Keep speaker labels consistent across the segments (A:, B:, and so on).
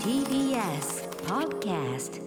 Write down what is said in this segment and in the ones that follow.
A: TBS Podcast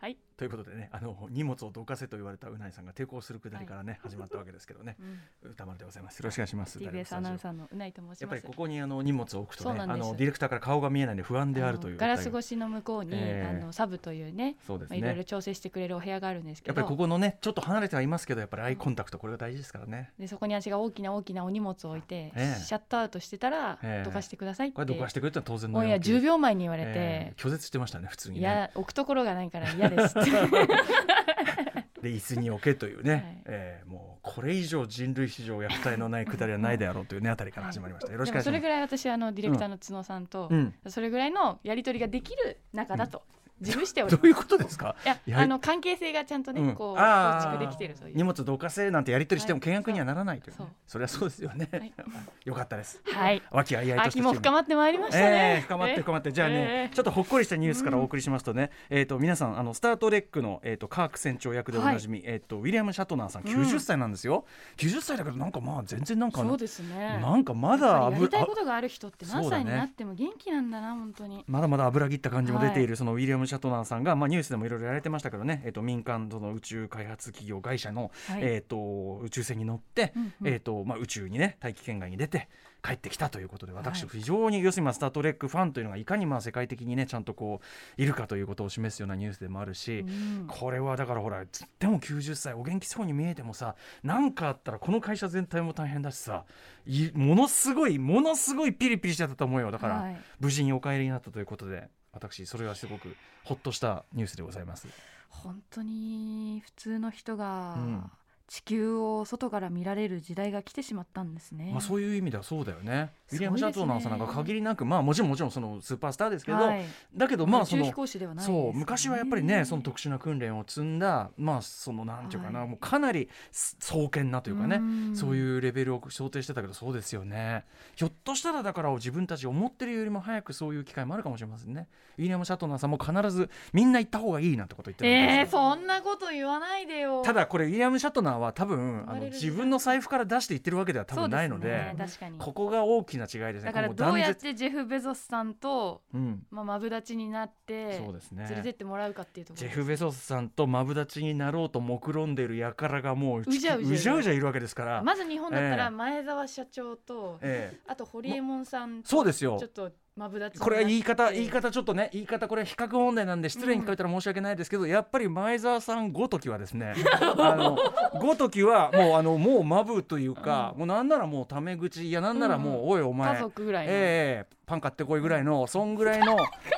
B: はい、
C: ということでねあの荷物をどかせと言われたうないさんが抵抗するくだりからね、始まったわけですけど ね、歌丸でございますよろしくお願いしますダイレクト
B: TBS
C: スタ
B: ア
C: ジオ
B: ナウンサーのうないと申し
C: やっぱ
B: ま
C: り
B: す
C: ここにあの荷物を置くと
B: そう
C: ねあ
B: なんです
C: のディレクターから顔が見えないんで不安であるとい
B: あの
C: う
B: ガラス
C: お便
B: 越
C: り
B: しの向こうに、
C: ええ
B: あのサブというね
C: そうです
B: ま
C: ね
B: あいろいろ調整してくれるお部屋があるんですけ
C: やっぱ
B: ど
C: りここのねちょっと離れてはいますけどやっぱりアイコンタクトこれが大事ですからね
B: でそこに私が大きな大きなお荷物を置いて、
C: ええ
B: シャットアウトしてたら、
C: ええ
B: どかしてくださいって
C: これどかしてくれたら当然
B: オ
C: の
B: ンエア
C: 要求
B: 10秒前に言われて、
C: えー拒絶してましたね普通に
B: い
C: ね
B: や置くところがないから嫌です って
C: で椅子に置けというね、
B: はい
C: えーもうこれ以上人類史上厄介のないくだりはないであろうというねあたりから始まりましたよろしくお願い
B: でも
C: し
B: そ
C: ま
B: れ
C: す
B: ぐらい私あのディレクターの角さんと、
C: うん
B: それぐらいのやり取りができる仲だと自負しており
C: ど
B: ます
C: ういうことですか
B: いや
C: いや
B: あの関係性がちゃんとね、
C: うん
B: こう
C: あー
B: 構築できてるという
C: 荷物どかせなんてやり取りしても
B: はい
C: 契約にはならないという,、ね
B: そう
C: それはそうですよね、
B: はい
C: よかったです
B: はい
C: 和気あいあいとした
B: 秋も深
C: ま
B: まってまいりました
C: え
B: ね
C: え。深まって深まってじゃあね、
B: ええ
C: ちょっとほっこりしたニュースからお送りしますとね、えっ、と皆さんあのスター・トレックのえっ、とカーク船長役でおなじみ、えっ、とウィリアム・シャトナーさん90歳なんですよ、90歳だけどなんかまあ全然なんか
B: そうですね。
C: なんかまだ
B: やっぱりやりたいことがある人って
C: あ
B: 何歳に
C: そうだね
B: なっても元気なんだな本当に。
C: まだまだ油切った感じも出てい
B: は
C: るそのウィリアム・シャトナーさんが、まあ、ニュースでもいろいろやられてましたけどね、えっと民間その宇宙開発企業会社の、
B: はい
C: えっと宇宙船に乗って、
B: うんうん
C: えっとまあ、宇宙にね大気圏外に出て帰ってきたということで私、
B: はい
C: 非常に要するにまあスター・トレックファンというのがいかにまあ世界的にねちゃんとこういるかということを示すようなニュースでもあるし、
B: うん
C: これはだからほらつっても90歳お元気そうに見えてもさ何かあったらこの会社全体も大変だしさいものすごいものすごいピリピリしちゃったと思うよだから、
B: はい
C: 無事にお帰りになったということで私それはすごくほっとしたニュースでございます。
B: 本当に普通の人
C: うん
B: が地球を外から見られる時代が来てしまったんですね。
C: まあそういう意味ではそうだよね。ウィリアム・
B: す
C: シャ
B: ごいですね
C: トナーさんなんか限りなくまあもちろんもちろんそのスーパースターですけど、
B: はい
C: だけどまあそ
B: 宇宙
C: の
B: 飛。行士ではないですから
C: そ
B: ね
C: う昔はやっぱりねその特殊な訓練を積んだまあそのなんていうかな、
B: はい
C: もうかなりす壮健なというかね
B: うん
C: そういうレベルを想定してたけどそうですよねひょっとしたらだから自分たち思ってるよりも早くそういう機会もあるかもしれませんねウィリアム・シャトナーさんも必ずみんな行った方がいいなんてこと言ってるんですよ
B: えー、そんなこと言わないでよ。
C: ただこれウィリアム・シャトナーは多分あ
B: 生ま
C: の
B: れる時
C: 自分の財布から出していってるわけでは多分ないので
B: そうですね確かに
C: ここが大きな違いですね
B: だから
C: ここ
B: ど
C: も
B: う
C: 断
B: やっ
C: 絶
B: てジェフ・ベゾスさんと
C: うん、
B: まあマブダチになって
C: そうですね
B: 連れてってもらうかっていうところ
C: ジェ
B: です。
C: フ・ベソスさんとマブダチになろうと目論んでる輩がもう
B: うじゃうじゃ
C: うじゃうじゃいるわけですから、
B: まず日本だった
C: え
B: ら
C: え
B: 前澤社長と、
C: ええ
B: あと堀エモ門さんと
C: そうですよ
B: ちょっとマブダチになっ
C: こ
B: て
C: れは言い方言い方ちょっとね言い方これは比較問題なんで失礼に聞こえたら申し訳ないですけど、やっぱり前澤さんごときはです ねあのごときはもうあのもうマブというか、もうなんならもうタメ口いやなんならもう、おいお前
B: 家族ぐらいの、
C: ええパン買ってこいぐらいのそんぐらい の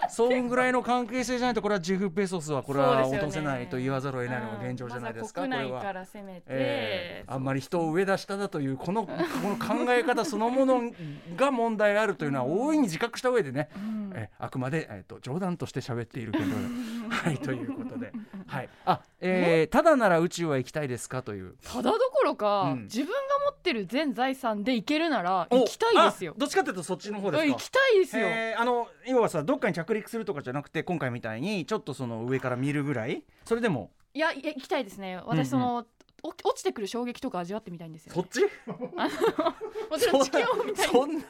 C: そんぐらいの関係性じゃないとこれはジェフ・ベソスはこれは
B: そうですよ
C: 落
B: ね
C: とせないと言わざるを得ないのが現状じゃないですか、
B: うんま
C: こ
B: ずは
C: れ
B: 国内か
C: は。
B: ら攻めて、
C: ええあんま
B: り
C: り人を上だ下だというこの この考え方そのものが問題あるというのは大いに自覚した上でね、えあくまで、えっと冗談として喋っているけど はいということで、はいあえーただなら宇宙は行きたいですかという
B: ただどころか、
C: うん
B: 自分が持ってる全財産で行けるなら
C: お
B: 行きたいですよ
C: あどっちかというとそっちの方ですか
B: 行きたいですよ、
C: えーあの要はさどっかに着陸するとかじゃなくて今回みたいにちょっとその上から見るぐらいそれでも
B: いやいや行きたいですね私その、お落ちてくる衝撃とか味わってみたいんですよ、
C: そ
B: ね
C: っ、ち
B: もちろん地球を見た い
C: そんな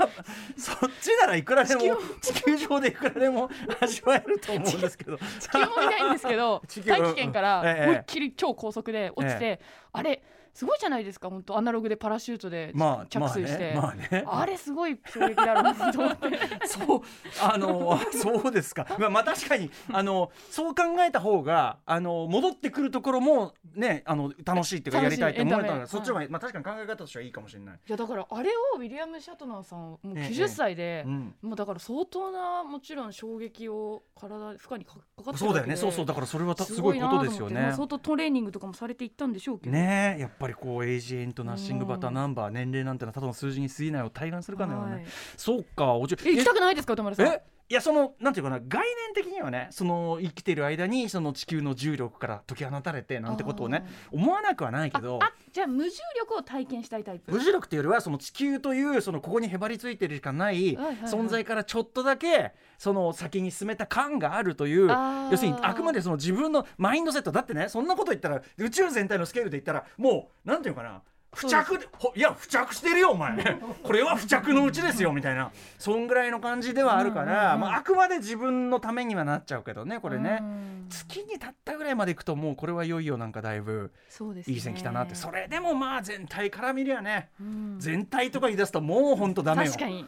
C: そっちならいくらでも
B: 地球を
C: 地球上でいくらでも 味わえると思うんですけど
B: 地球も見たいんですけど
C: 地球
B: 大気圏から
C: ええ
B: 思いっきり超高速で落ちて、
C: え
B: あれすごいじゃないですか本当アナログでパラシュートで
C: まあ
B: 着水して、
C: まあね,、まあね
B: あれすごい衝撃だろうなと思って
C: そうあのそうですか、まあ、まあ確かにあのそう考えた方があの戻ってくるところもねあの楽しいっていうかやりたいって思えたの
B: 楽
C: が
B: しいエ
C: そ
B: ンタ
C: っちの方
B: メ
C: が、まあ、確かに考え方としてはいいかもしれない。
B: いやだからあれをウィリアム・シャトナーさんもう
C: ええ
B: 90歳で、
C: うん
B: もうだから相当なもちろん衝撃を体負荷にかかってるわけで
C: そうだよねそうそうだからそれはたすごいことですよ
B: なと思ってま
C: ね
B: あ。相当トレーニングとかもされていったんでしょうけど
C: ねえやっぱりこうエイジエントナッシングバター
B: うん
C: ナンバー年齢なんてのはただの数字に過ぎないを対岸するかのような
B: はい
C: ねそうかおじゅ
B: え行きたくないですか歌丸さん
C: えいやそのなんていうかな概念的にはねその生きてる間にその地球の重力から解き放たれてなんてことをね思わなくはないけ
B: あ
C: ど
B: あじゃあ無重力を体験したいタイプ
C: 無重力っていうよりはその地球というそのここにへばりついてるしかない
B: はいはいはい
C: 存在からちょっとだけその先に進めた感があるという
B: あー
C: 要するにあくまでその自分のマインドセットだってねそんなこと言ったら宇宙全体のスケールで言ったらもうなんていうのかな付着でほいや付着してるよお前 これは付着のうちですよみたいなそんぐらいの感じではあるから、
B: うんうんうん
C: まあ、あくまで自分のためにはなっちゃうけどねこれね、
B: うん
C: 月にたったぐらいまでいくともうこれはいよいよなんかだいぶ
B: そうですね
C: いい線きたなってそれでもまあ全体から見りゃね
B: うん
C: 全体とか言い出すともうほんとダメよ
B: 確かに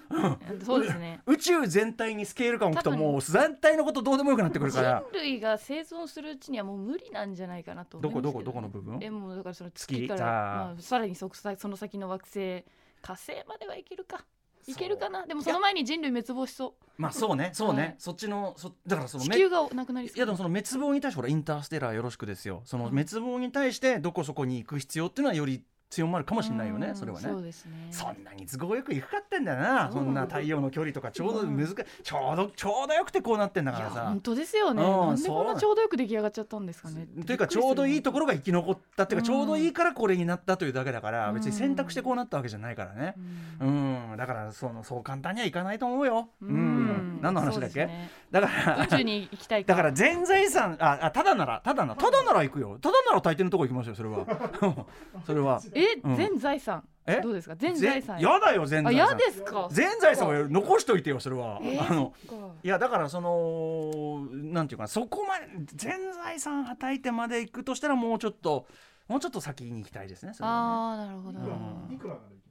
B: そうですね
C: 宇宙全体にスケール感を置くと
B: 多分
C: もう全体の ことどうでもよくなってくるから
B: 人類が生存するうちにはもう無理なんじゃないかなと思いますけ
C: どこどこどこの部分
B: えもうだからその
C: 月
B: 月から
C: じゃあ
B: まあ、さらにそこさその先の惑星火星まではいけるかいけるか
C: そう
B: なでもその前に人類滅亡しそ
C: まあそうねそうね、
B: はい
C: そっちのそだからそうの
B: 地
C: め
B: 球がなくなり
C: い
B: そう
C: やでもその滅亡に対してほらインターステラーよろしくですよその滅亡に対してどこそこに行く必要っていうのはより強まるかもしれないよね
B: うん
C: それは
B: そう
C: ね。
B: ですね
C: そんなに都合よく行くかってんだよな
B: そう
C: そんな太陽の距離とかちょうど難しいちょうどちょうどよくてこうなってんだか
B: いや
C: らさ
B: 本。当ですよね
C: うん
B: なんでこん
C: そう
B: なちょうどよく出来上がっちゃったんですかね
C: というかちょうどいいとこ
B: ろ、
C: ろが生き残ったっていうか
B: うん
C: ちょうどいいからこれになったというだけだから別に
B: うん
C: 選択してこうなったわけじゃないからね
B: う。ん
C: うんだからそのそう簡単にはいかないと思うよ。う
B: うん
C: 何の話だっ
B: そう
C: け
B: ですね
C: だから
B: 宇宙に行きた い
C: だか
B: か
C: らら全財産ああただならただなただなら行くよただなら大抵のとこ行きましょうそれは それは
B: え、
C: うん
B: 全財産
C: え
B: どうですか全財産
C: ぜやだよ全
B: あ
C: 財
B: 嫌
C: 産
B: ですか
C: 全財産は残しといてよそれは、
B: えー
C: あの
B: そっか
C: いやだからそのなんていうかなそこまで全財産はたいてまで行くとしたらもうちょっともうちょっと先に行きたいですねそれはね
B: ああなるほど、
C: うん
D: いくらまで行き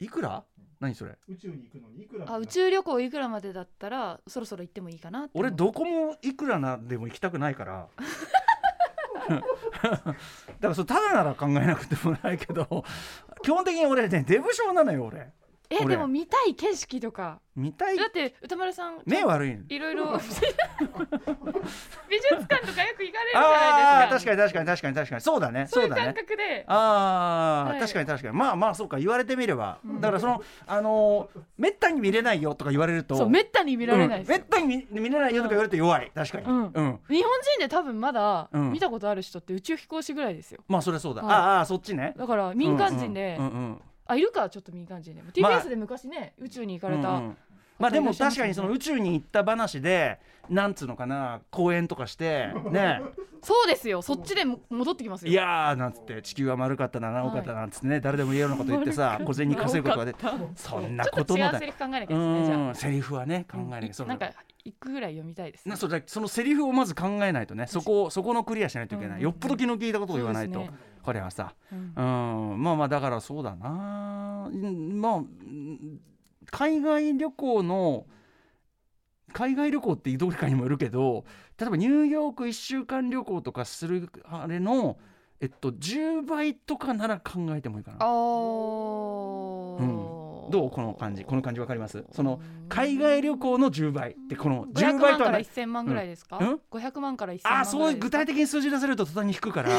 D: ま
C: いくら何それ
D: す宇宙に行くのにいくらまで
B: あ宇宙旅行いくらまでだったらそろそろ行ってもいいかなって
C: 俺どこもいくらなでも行きたくないからだからそうただなら考えなくてもないけど基本的に俺ねデブ症なのよ俺
B: え
C: 俺
B: でも見たい景色とか
C: 見たい
B: だって歌丸さん
C: 目悪いの
B: いろい ろ美術館とかよく行かれるじ
C: ああ
B: ゃないで
C: 確
B: す
C: かに
B: か
C: 確かに確かに確かにそうだね
B: そ
C: そ
B: ういうう
C: だ
B: 感
C: ね
B: 覚で
C: あー、
B: はい
C: 確かに確かにまあまあそうか言われてみれば、
B: うん
C: だからそのあのーめったに見れないよとか言われると
B: そうめったに見られないです
C: うんめったに見見れないよとか言われると弱い、確かにう、
B: うんん日本人で多分まだ
C: うん
B: 見たことある人って宇宙飛行士ぐらいですよ
C: まあそれそうだ、
B: はい
C: ああああそっちね
B: だから民間人で
C: うんうんうんうん
B: あいるかちょっと民間人でも
C: まあ
B: TBS で昔ね宇宙に行かれ
C: う
B: た
C: んうんまあでも確かにその
B: 方いらっしゃ
C: 宇宙
B: いましたね
C: に行った話でなんつうのかな講演とかしてね
B: そうですよそっちでも戻ってきますよ
C: いやーなんつって地球は丸かったな長かったななんつってね誰でも言えるようなこと言ってさ小銭稼ぐことがでそんな
B: ちょ
C: こ
B: っと
C: と
B: 違
C: も
B: う
C: だ
B: セリフ考えなきゃ
C: う
B: ですねじゃ
C: んセリフはね
B: あ
C: 考えなきゃそ
B: うん
C: れ
B: なんか一句ぐらい読みたいですね
C: なそれだそのセリフをまず考えないとねそこをそこのクリアしないといけない、
B: うん
C: よっぽど気の利いたことを言わないと、
B: そうですね
C: これはさ、
B: うん
C: うん、まあまあだからそうだなうんまあうん海外旅行の海外旅行って移動期間にもよるけど例えばニューヨーク1週間旅行とかするあれの、えっと、10倍とかなら考えてもいいかな。
B: あ
C: どうこの感じこの感じわかりますその海外旅行の10倍ってこの
B: 10
C: 10倍
B: 倍
C: と
B: か
C: は
B: ら
C: ね
B: 1000万ぐらいですか、
C: うん
B: 500万から1000万ぐらいですか
C: あーそういう具体的に数字出されると途端に引くから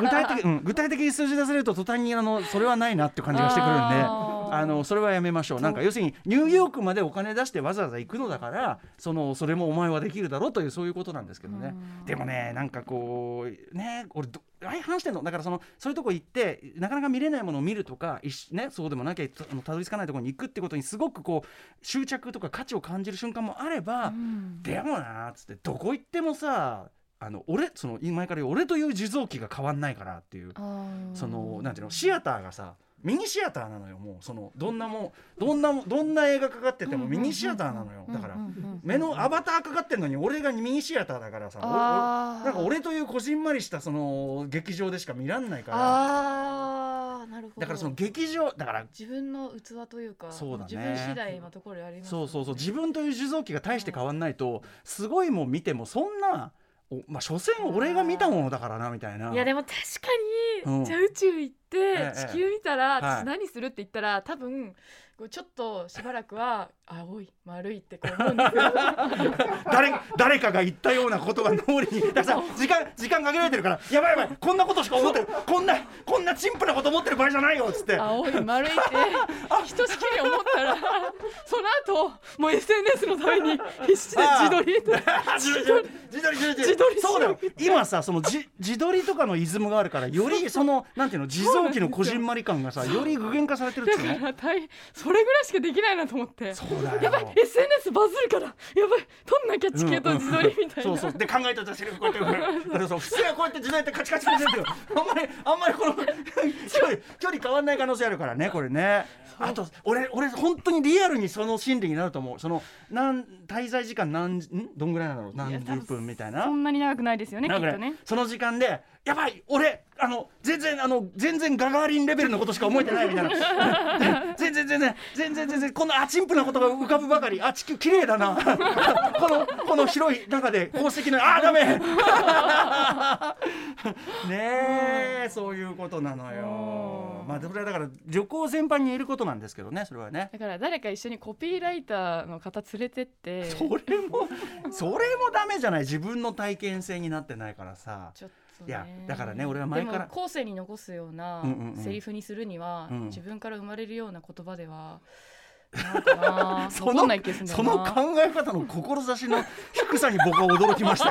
C: 具体的、うん、具体的に数字出されると途端にあのそれはないなって感じがしてくるんで。
B: あー
C: あのそれはやめましょうなんか要するにニューヨークまでお金出してわざわざ行くのだからそのそれもお前はできるだろうというそういうことなんですけどね
B: うん
C: でもねなんかこうね俺ど相反してんのだからそのそういうとこ行ってなかなか見れないものを見るとか一緒ね、そうでもなきゃたあのたどり着かないところに行くってことにすごくこう執着とか価値を感じる瞬間もあれば、
B: うん
C: でもなーっつってどこ行ってもさあの俺その前から言う俺という地蔵機が変わんないからっていう
B: あー
C: そのなんていうのシアターがさミニシアターなのよもうそのどんなもんどんなもんどんな映画かかっててもミニシアターなのよだから
B: うんうんうん
C: 目のアバターかかってんのに俺がミニシアターだからさおお
B: あー
C: なんか俺というこじんまりしたその劇場でしか見らんないから
B: あーなるほど
C: だからその劇場だから
B: 自分の器というか
C: そうだね
B: 自分次第のところあります
C: そうそうそう自分
B: 分
C: という受像機が大して変わんないとすごいもん見てもそんなおまあ所詮俺が見たものだからなみたいない
B: やでも確かに、
C: うん
B: じゃあ宇宙行っ
C: え
B: て
C: え
B: 地球見た
C: は
B: ら、
C: い
B: 私何するって言ったら、多分こうちょっとしばらくは青い丸いってこう思うんで すよ
C: 誰誰かが言ったようなことが脳裏にだからさ時間時間限られてるからやばいやばいこんなことしか思ってるこんなこんな陳腐なこと思ってる場合じゃないよっつって
B: 青い丸いってひとしきり思ったらその後もう SNS のために必死で自撮りと
C: 自撮り自撮り
B: 自撮り
C: そうだよ今さそのじ自撮りとかのイズムがあるからよりそのなんていうの地蔵機のこじんまり感がさより具現化されてるっ
B: だ
C: ていう
B: か
C: の
B: ら大それぐらいしかできないなと思って
C: そうだよ
B: やばい SNS バズるからやばい撮んなきゃチケット自撮りみたいな、
C: そうそうで考えた出せるこ うやってだからそう普通はこうやって自撮りってカチカチにしてるけどあんまりあんまりこの 距離距離変わんない可能性あるからねこれねあと俺俺本当にリアルにその心理になると思うそのなん滞在時間何んどんぐらいなの何十分みたいな
B: そんなに長くないですよねきっ
C: なん
B: と
C: かね
B: ね
C: その時間で「やばい俺あの全然あの全然ガガーリンレベルのことしか思えてない」みたい な全然全然全然全然こんなアチンプなことが浮かぶばかりあ地球綺麗だなこのこの広い中で宝石のあーダ メねえそういうことなのよ
B: うん
C: まあそれはだから旅行全般に言えることなんですけどねそれはね
B: だから誰か一緒にコピーライターの方連れてって
C: それもそれもダメじゃない自分の体験性になってないからさ
E: ちょっと、ね、
C: いやだからね俺は前か
E: で
C: ら
E: も後世に残すような
C: うんうんうん
E: セリフにするには、
C: うん
E: 自分から生まれるような言葉では なんかな
C: その
E: 残んない気がするんだ
C: そ
E: よな
C: の考え方の志の低さに僕は驚きました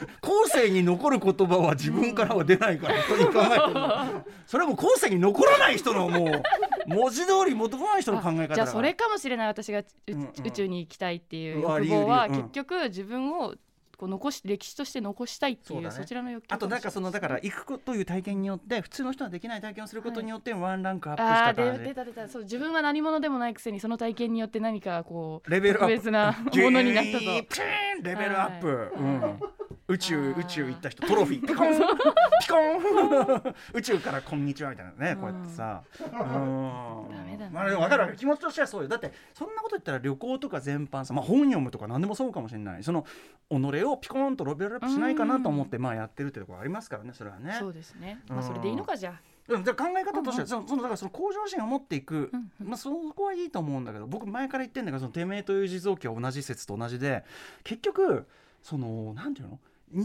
C: よ 後世に残る言葉は自分からは出ないから人に考えてるそれはもう後世に残らない人のもう文字通り戻らない人の考え方だから
B: じゃあそれかもしれない私がう
C: うんうん
B: 宇宙に行きたいっていう
C: うわ
B: 欲望は
C: 理由理由うん
B: 結局自分をこう残し歴史として残したいって
C: そう
B: い
C: だ
B: う
C: ね
B: そちらの欲求
C: あとなんかそのだから
B: ら
C: 行くこという体験によって普通の人はできない体験をすることによってワンランクアップ
B: あ
C: し
B: あ
C: た感
B: ー
C: じ、
B: で出た出たそう自分は何者でもないくせにその体験によって何かこう
C: レベルア
B: 特
C: ップ
B: 別な ものになった
C: ギュイー
B: ぞ
C: ピーンレベルアップ、うん、宇宙
E: あー
C: 宇宙行った人トロフィーピ コンピコン 宇宙からこんにちはみたいなねこうやってさうん
B: ダメだな
C: まあでも分かるわかる気持ちとしてはそうよだってそんなこと言ったら旅行とか全般さまあ本読むとか何でもそうかもしれないその己をピコンとレベルアップしないかなと思ってまあやってるってところありますからねそれはね
B: そうですねまあそれでいいのかじゃ
C: うん、じゃあ考え方としては、そのそのだからその向上心を持っていく、
B: うんうん
C: まあ、そこはいいと思うんだけど僕前から言ってんだけどそのてめえという地蔵記は同じ説と同じで結局そのなんていうのに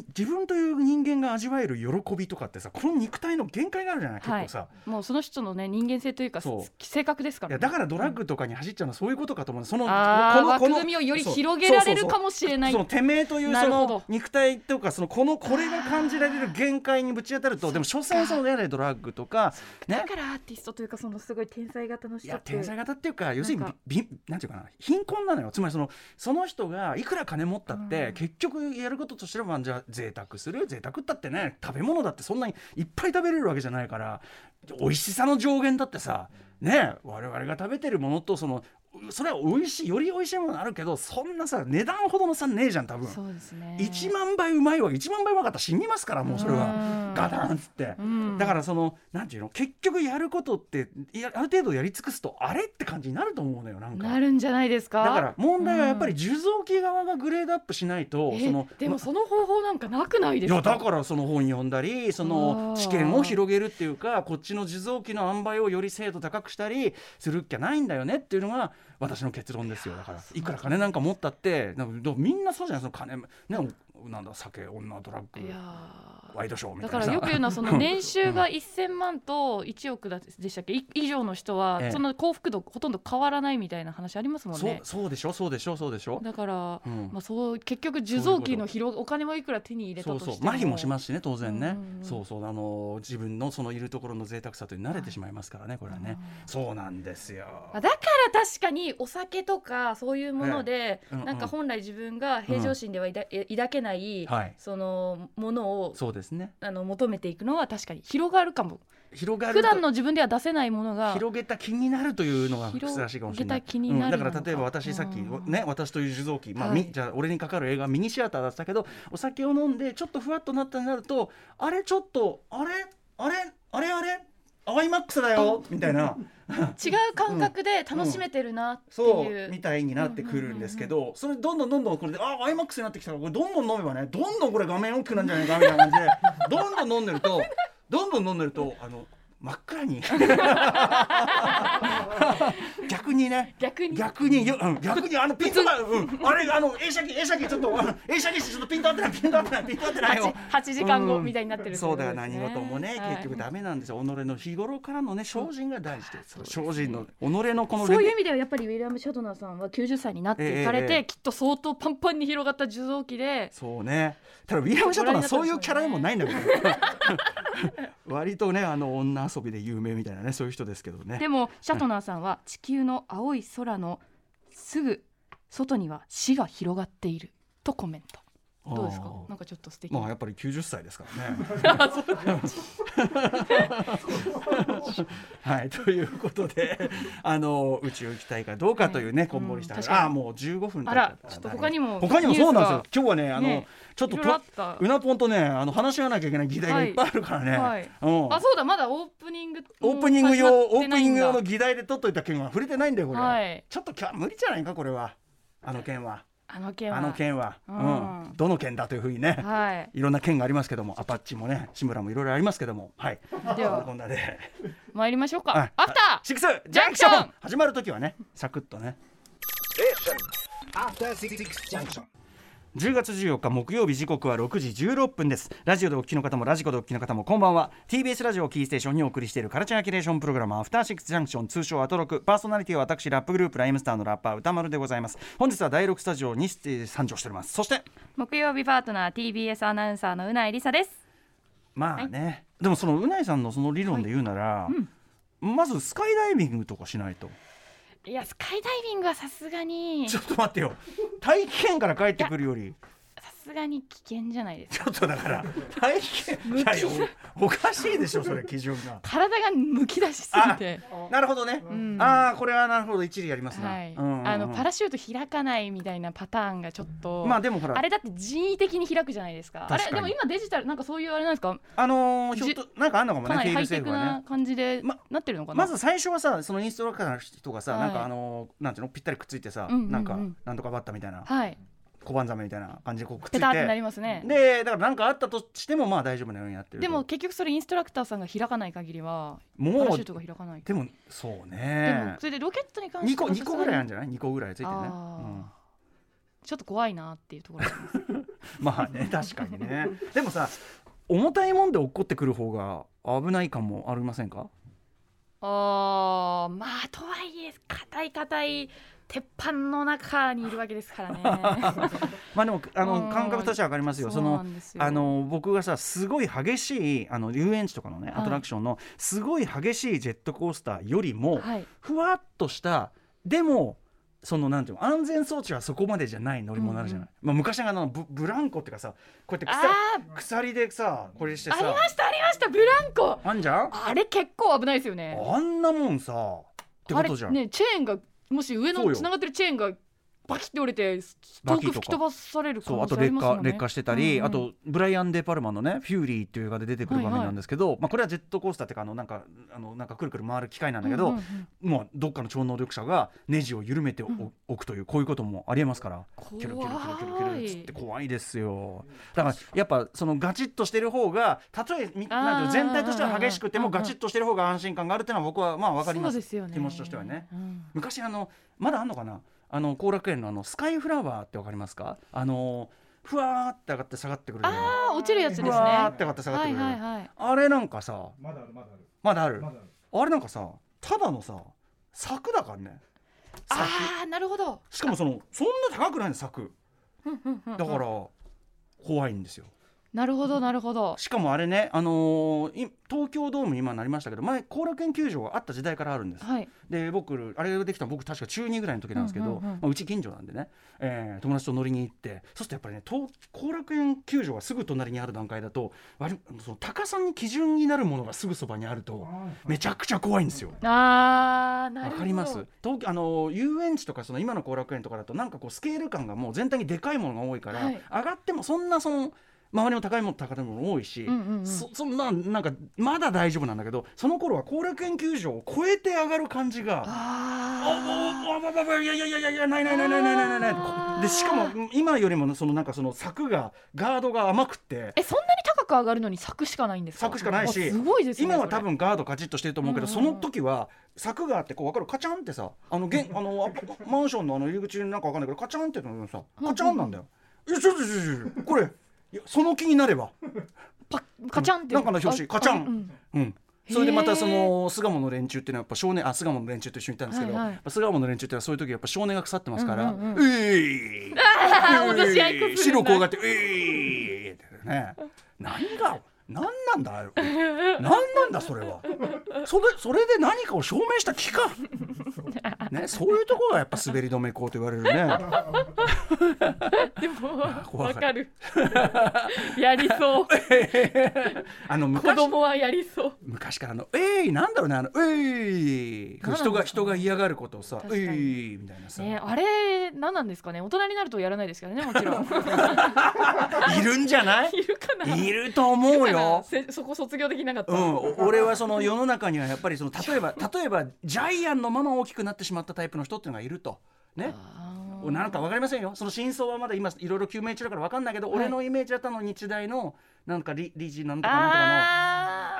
C: 自分という人間が味わえる喜びとかってさこの肉体の限界があるじゃない結
B: はい
C: 構さ、
B: あもうその人のね人間性というか
C: そう
B: 性格ですか
C: い、
B: ら
C: やだからドラッグとかに走っちゃうのはそういうことかと思うその
B: ああ
C: この
B: 枠
C: この
B: 組みをより
C: そう
B: 広げられ
C: そうそうそ
B: る
C: う
B: かもしれない
C: そのてめえというそ
B: なるほ
C: の
B: ど
C: 肉体とかそのこのこれが感じられる限界にぶち当たるとでも所詮そのやれドラッグとかね
B: だからアーティストというかそのすごい天才型の
C: い
B: 人
C: や
B: って
C: 天才型っていうか要するに
B: なんか
C: びびなんていうかな貧困なのよつまりそのその人がいくら金持ったって、
B: うん
C: 結局やることとしてはじゃあ贅沢する贅沢ったってね食べ物だってそんなにいっぱい食べれるわけじゃないから美味しさの上限だってさね我々が食べてるものとそのそれは美味しいより美味しいものあるけどそんなさ値段ほどの差ねえじゃん多分
B: そうですね
C: 1万倍うまいわ1万倍うまかったら死にますからもうそれは
B: は
C: ガタンっつって。だからそのなんていうの結局やることってやある程度やり尽くすとあれって感じになると思うのよなんか
B: なるんじゃないですか
C: だから問題はやっぱり受蔵機側がグレードアップしないと、
B: え
C: その
B: でもその方法なんかなくないで
C: い
B: す
C: や
B: か
C: だからその本読んだりその
B: あー
C: 知見を広げるっていうかこっちの受蔵機の塩梅をより精度高くしたりするっきゃないんだよねっていうのが私の結論ですよだからいくら金なんか持ったってなんかみんなそうじゃないその金ねなんだ酒女ドラッ
B: い
C: グ
B: や
C: ワイドショーみ
B: ー
C: た
B: だ
C: い
B: か
C: なさ
B: らよく言うのはその年収が1000万と1億だでしたっけい以上の人は
C: ええ
B: その幸福度ほとんど変わらないみたいな話ありますもん
C: そう
B: ね
C: そうでしょそうでしょそうでしょ、
B: だから
C: うん
B: まあそう結局受
C: そういうこ
B: 蔵
C: と
B: 機の広がお金もいくら手に入れた
C: そ
B: と
C: う
B: して
C: そう
B: も
C: 麻痺もしますしね当然ね、
B: うんうんうん
C: そうそうあのー自分のそのいるところの贅沢さというのに慣れてしまいますからねこれはね、そうなんですよ
B: まあだから確かにお酒とかそういうもので、
C: ええうんうん
B: なんか本来自分が平常心では抱,、抱けない、
C: はい
B: そのものを
C: そうですね
B: あの求めていくのは確かに広がるかも
C: 広がると
B: 普段の自分では出せないものが
C: 広げた気になるというのが難しいかもしれない
B: 広げた気になる
C: うんだから例えば
B: なのか
C: 私さっき
B: うん
C: ね私という受蔵機、まあ
B: はい
C: みじゃあ俺にかかる映画ミニシアターだったけどお酒を飲んでちょっとふわっとなったになるとあれちょっとあれあれあれあれアイマックスだよみたいな。
B: 違う感覚で楽しめてるなっていう,、
C: そうみたいになってくるんですけど、それどんどんどんどんこれであ IMAX になってきたからこれどんどん飲めばね どんどんこれ画面大きくなるんじゃないかみたいな感じでどんどん飲んでるとどんどん飲んでるとあの真っ暗 に逆にね
B: 逆に
C: 逆に、ようん、逆にあのピントが、うん、あれあの A 社記 A 社記ちょっとあの A 社記ちょっとピント合ってないピント合ってないピント合ってないよ
B: 八八時間後みたいになってるって
C: そ
B: こ
C: う
B: と
C: だ
B: で
C: よ
B: すね、
C: 何事もね、
B: はい
C: 結局ダメなんですよ己の日頃からのね精進が大事です精進の己のこの
B: そういう意味ではやっぱりウィリアム・シャドナーさんは90歳になっていかれて、
C: ええ
B: きっと相当パンパンに広がった受動期で
C: そうねただウィリアム・シャトナーそういうキャラでもないんだけ ど、ね、割とねあの女遊びで有名みたいなねそういう人ですけどね
B: でもシャトナーさんは地球の青い空のすぐ外には死が広がっているとコメントどうですか
C: あ
B: なんかちょっと素敵
C: ーまあやっぱり90歳ですからね。はいということであの宇宙行きたいかどうかというね、こんもりした
B: うん確かに
C: ああーもう15分経
B: あ
C: っ
B: ら
C: た
B: ちょっと他にも
C: 他にもそうなんですよ今日はねあの
B: ね
C: ちょっと
B: い
C: と
B: ろいろあった
C: うなぽんとねあの話し合わなきゃいけない議題がいっぱいあるからね、
B: はい
C: うん
B: あそうだまだオープニング
C: オープニング用オープニング用の
B: の
C: 議題で取っといた件は触れてないんだよこれ、
B: はい
C: ちょっと今日は無理じゃないかこれはあの件は
B: あの件は
C: あの件は、う
B: うん
C: んどの件だというふうにね、
B: はい
C: いろんな県がありますけども、アパッチもね、志村もいろいろありますけども、はい。
B: で
C: そんな
B: は
C: こんなで、
B: 参りましょうか、
C: はい
B: アフター
C: シックスジ
B: ジ
C: ャン
B: ャン
C: ク
B: ク
C: シ
B: シ
C: ョ
B: ョ
C: ン
B: ン
C: 始まる時はね、サクッとね。
D: After Six Junction.
C: 10月14日木曜日時刻は6時16分ですラジオでお聞きの方もラジコでお聞きの方もこんばんは TBS ラジオをキーステーションにお送りしているカルチャーキュレーションプログラムアフターシックスジャンクション通称アトロクパーソナリティは私ラップグループライムスターのラッパー歌丸でございます本日は第6スタジオにえー参上しておりますそして
B: 木曜日パートナー TBS アナウンサーのうないりさです
C: まあね、でもそのうないさんのその理論で言うなら、まずスカイダイビングとかしないと
B: いやスカイダイビングはさすがに
C: ち
B: さ
C: ょっと待ってよ大気圏から帰ってくるより
B: すがに危険じゃないです
C: ち
B: か
C: ょっとだから大気圏いやいやおおかしいでしょそれ基準が
B: 体がむき出しすぎて、
C: なるほどね、
B: うん
C: ああこれはなるほど一理ありますな、
B: はい
C: うんうんうん
B: あのパラシュート開かないみたいなパターンがちょっと、
C: まあでもほら
B: あれだって人為的に開くじゃないですかあ
C: 確か
B: れ
C: に
B: でも今デジタルなんかそういうあれなんですか
C: あのーひょっとなんかあんのかもね
B: かな
C: フェ
B: り
C: ー
B: ハ
C: ル
B: イ
C: セ
B: テ
C: ー
B: ク
C: フはね
B: な感じで
C: ま
B: なってるのかな、
C: まず最初はさそのインストラクターの人がさ、
B: はい
C: なんかあのーなんていうのぴったりくっついてさ、
B: うんうんうん
C: なんかなんとかバッタみたいな
B: はい
C: 小判ザメみたいな感じでこうくっつ
B: ペ
C: い
B: タってなり
C: て
B: ますね
C: でだからなんかあったとしてもまあ大丈夫なようになってる
B: で
C: と
B: も結局それインストラクターさんが開かない限りはパ
C: も
B: ラシュ
C: う
B: ートが開かない
C: でもそう
B: でも
C: ね
B: それでロケットに関して
C: 二個
B: は
C: 二個ぐらいあるん
B: さ
C: じゃない二個ぐらいついて
B: す
C: るね、う
B: がに
C: ん
B: あーちょっと怖いなっていうところ
C: まあ ね確かにねでもさ重たいもんで落っこってくる方が危ない感もありませんか
B: あーまあとはいえ硬い硬い鉄板の中にいるわけですから ね
C: まあでもあの
B: うん
C: 感覚としては分かりますよ。そ
B: そうな
C: の
B: んですよ
C: あの僕がさすごい激しいあの遊園地とかのね
B: はい
C: アトラクションのすごい激しいジェットコースターよりも
B: はい
C: ふわっとしたでもそのなんていうの安全装置はそこまでじゃない乗り物あるじゃない。まあ昔はあのブブランコっていうかさこうやって
B: あ
C: 鎖鎖でさこれして
B: ーあり
C: さ
B: ましたありましたブランコ
C: あんじゃん。
B: あれ結構危ないですよね
C: あんなもんさってことじゃん。
B: あれねチェーンがもし上
C: そう
B: の
C: よ
B: つながってるチェーンがバキって折れて
C: バ
B: 遠
C: キと
B: く
C: か
B: 吹き飛ばされる可
C: そうあ
B: 能
C: と
B: 性あり
C: 劣
B: ます
C: 化
B: よね
C: 劣化してたり、
B: うんうん
C: あとブライアン・デ・パルマのね「フューリー」っていう映画で出てくる場面なんですけど、まあ、これはジェットコースターっていうかあのなんかあのなんかくるくる回る機械なんだけど、
B: うんうんうん
C: もうどっかの超能力者がネジを緩めてお,、
B: うん
C: くというこういうこともありえますから
B: 怖い
C: キュルキュルキュルキュルキュルっつって怖いですよだからやっぱそのガチッとしてる方がたとえみなんていうの全
B: あー
C: 体としては激しくても
B: うんうん
C: ガチッとしてる方が安心感があるっていうのは僕はまあ分かります
B: そうですよね
C: 気持ちとしてはね、
B: うん
C: 昔あのまだあんのかなあの後楽園のあのスカイフラワーってわかりますかあのふわーって上がって下がってくるような
B: あー落ちるやつです
C: ふ
B: ね
C: わー
B: は
C: って上がって下がって
B: い
C: くるような
B: は
C: い
B: はい
C: あれなんかさ
D: まだあるまだあ
C: まだあ
D: る
C: る
D: まだある。
C: あれなんかさただのさ柵だからね柵
B: ああなるほど
C: しかもそのそんな高くないの柵だから怖いんですよ
B: なるほどなるほど
C: しかもあれね、あのーい東京ドームに今なりましたけど前後楽園球場があった時代からあるんです
B: はい
C: で僕あれができたの僕確か中2ぐらいの時なんですけど、
B: うんうんうん
C: まあ、うち近所なんでね、えー友達と乗りに行ってそうするとやっぱりね東後楽園球場がすぐ隣にある段階だと割りその高さに基準になるものがすぐそばにあるとめちゃくちゃ怖いんですよ。
B: あー
C: わ
B: なるほど
C: かります東京あの遊園地とかその今の後楽園とかだとなんかこうスケール感がもう全体にでかいものが多いから、
B: はい
C: 上がってもそんなその周りの高いもの高いもの多いし、
B: うんうんうん
C: そそんななんかまだ大丈夫なんだけどその頃は後楽園球場を超えて上がる感じが。あ
B: あ
C: あああいやいやいやいやいやないないないないないないない
B: あー
C: でしかも今よりもそのなんかその柵がガードが甘くって
B: ーえそんなに高く上がるのに咲くしかないんですか
C: 咲くしかないし
B: あすごいですね
C: 今は多
B: それ
C: 分ガードカチッとしてると思うけど、
B: うん
C: その時は柵があってこう分かるカチャンってさあのげんあのあマンションのあの入り口になんか分かんないけどカチャンってのさカチャンなんだよ。いやちょちょちょちょこれいやその気になれば、
B: パッカチャンって
C: なんかの表紙
B: あ
C: カチャン
B: あうん
C: うん、
B: へー
C: それでまたその巣鴨の連中っていうのはやっぱ少年あ巣鴨の連中と一緒にいたんですけど、
B: はいはい
C: やっぱ巣鴨の連中ってのはそういう時やっぱ少年が腐ってますから「
B: うんうんうん
C: うい、
B: あー
C: うい
B: 脅し合いっこする
C: 白
B: んだ
C: こうがって「うい」ってね何が何なんだあれ何なんだそれはそれそれで何かを証明した気か、ね、そういうところがやっぱ滑り止め校と言われるね
B: でも
C: 怖い
B: わかる やり そう
C: あの
B: 子
C: 昔
B: 供はやりそう
C: 昔からの「えい」なんだろうねあの「えい」
B: 何なんですか
C: 人が人が嫌がることをさ「
B: 確かに
C: えい」みたいなさ、
B: ねあれ何なんですかね大人になるとやらないですけどねも ちろん
C: いるんじゃない
B: いるかない
C: ると思うよ。
B: せそこ卒業できなかった、
C: うん、お俺はその世の中にはやっぱりその例えば例えばジャイアンのまま大きくなってしまったタイプの人っていうのがいると。ね、
B: あー
C: なんか分かりませんよその真相はまだ今いろいろ究明中だから分かんないけど、
B: はい
C: 俺のイメージだったの日大のなんか理理事なんとかなんとか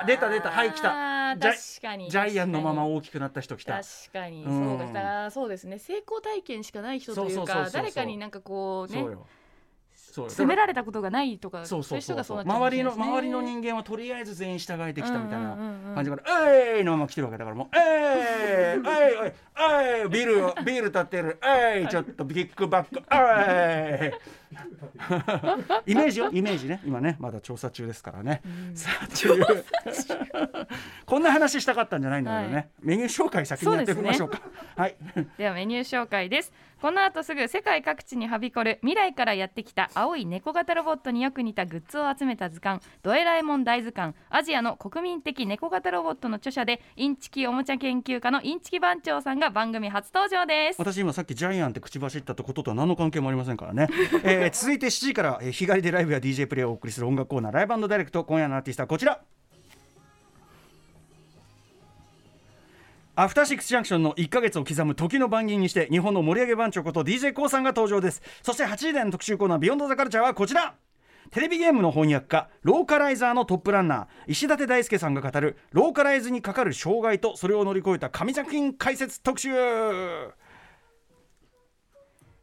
B: あー
C: 出た出たはい来たジャ
B: 確かに
C: のジャイアンのまま
B: 確
C: 大きくなった人来
B: か
C: た
B: に確かに、
C: うん
B: そうかだからそうですね成功体験しかない人とい
C: そううそうそうそう
B: か
C: そう
B: 誰かになんかこうね
C: そうよそうよ
F: 責められたことがないとか
C: そうそうそうそう
F: い人が
C: 周りの
F: そうなっちゃうかもしれない
C: 周りの人間はとりあえず全員従えてきたみたいな
B: うんうんうんうん
C: 感じから「えい!」のまま来てるわけだからもう「えい!」「えい!」「えい!」「ビールをビール立ってる」「えい!」ちょっとビッグバック「えい!」イ メージよイメージね今ねまだ調査中ですからね、さあという こんな話したかったんじゃないんだけどね、
F: はい
C: メニュー紹介先にやっていきましょうかはい
F: ではメニュー紹介ですこの後すぐ世界各地にはびこる未来からやってきた青い猫型ロボットによく似たグッズを集めた図鑑ドエラえもん大図鑑アジアの国民的猫型ロボットの著者でインチキおもちゃ研究家のインチキ番長さんが番組初登場です
C: 私今さっきジャイアンって口走ったってこととは何の関係もありませんからね、えー続いて7時から、えー日帰りでライブや DJ プレイをお送りする音楽コーナーライブダイレクト今夜のアーティストはこちらアフターシックスジャンクションの1ヶ月を刻む時の番銀にして日本の盛り上げ番長こと d j k o さんが登場ですそして8時台の特集コーナー「ビヨンドザカルチャーはこちらテレビゲームの翻訳家ローカライザーのトップランナー石立大輔さんが語るローカライズにかかる障害とそれを乗り越えた神作品解説特集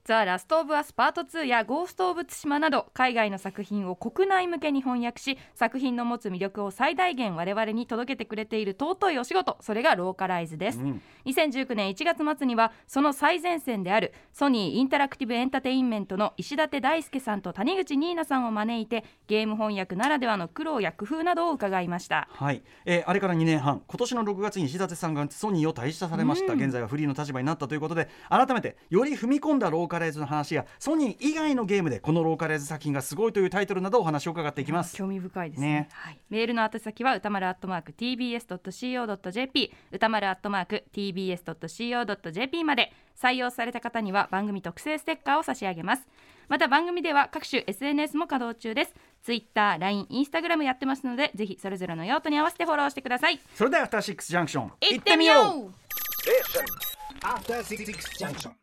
F: ザ・ラスト・オブ・アスパート2やゴースト・オブ・ツシマなど海外の作品を国内向けに翻訳し作品の持つ魅力を最大限我々に届けてくれている尊いお仕事それがローカライズです、
C: うん
F: 2019年1月末にはその最前線であるソニーインタラクティブエンタテインメントの石立大輔さんと谷口ニーナさんを招いてゲーム翻訳ならではの苦労や工夫などを伺いました
C: はい、えーあれから2年半今年の6月に石立さんがソニーを退社されました、現在はフリーの立場になったということで改めてより踏み込んだローカライズの話やソニー以外のゲームでこのローカライズ作品がすごいというタイトルなどお話を伺っていきます
F: 興味深いですね
C: ね
F: はい、メールの宛先は歌丸アットマーク tbs.co.jp 歌丸アットマーク tbs.co.jp まで採用された方には番組特製ステッカーを差し上げますまた番組では各種 SNS も稼働中です Twitter、LINE、Instagram やってますのでぜひそれぞれの用途に合わせてフォローしてください
C: それでは「アフターシックスジャンクション」
F: 行ってみよう
D: After Six Junction.